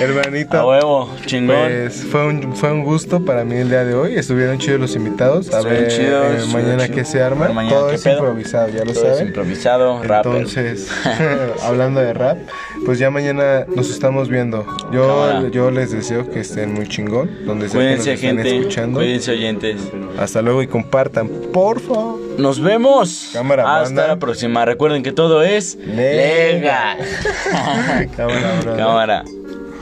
[SPEAKER 2] Hermanito.
[SPEAKER 1] huevo, chingón.
[SPEAKER 2] Pues fue un, fue un gusto para mí el día de hoy. Estuvieron chidos los invitados. A
[SPEAKER 1] Estuvieron
[SPEAKER 2] ver
[SPEAKER 1] chidos,
[SPEAKER 2] eh,
[SPEAKER 1] estuvieron
[SPEAKER 2] mañana
[SPEAKER 1] chidos.
[SPEAKER 2] que se arma.
[SPEAKER 1] Mañana
[SPEAKER 2] Todo
[SPEAKER 1] qué
[SPEAKER 2] es
[SPEAKER 1] pedo.
[SPEAKER 2] improvisado, ya Pues, lo
[SPEAKER 1] Todo es
[SPEAKER 2] saben.
[SPEAKER 1] improvisado, rapper.
[SPEAKER 2] Entonces,
[SPEAKER 1] [laughs]
[SPEAKER 2] [laughs] hablando de rap, pues ya mañana nos estamos viendo.
[SPEAKER 1] Cámara.
[SPEAKER 2] Yo, yo les deseo que estén muy chingón. Donde sea que nos
[SPEAKER 1] Cuídense,
[SPEAKER 2] estén
[SPEAKER 1] gente.
[SPEAKER 2] escuchando.
[SPEAKER 1] Cuídense, oyentes.
[SPEAKER 2] Hasta luego y compartan, por favor.
[SPEAKER 1] Nos vemos.
[SPEAKER 2] Cámara,
[SPEAKER 1] Hasta
[SPEAKER 2] banda.
[SPEAKER 1] la próxima. Recuerden que todo es legal.
[SPEAKER 2] Legal. [laughs] Cámara, brother.
[SPEAKER 1] Cámara.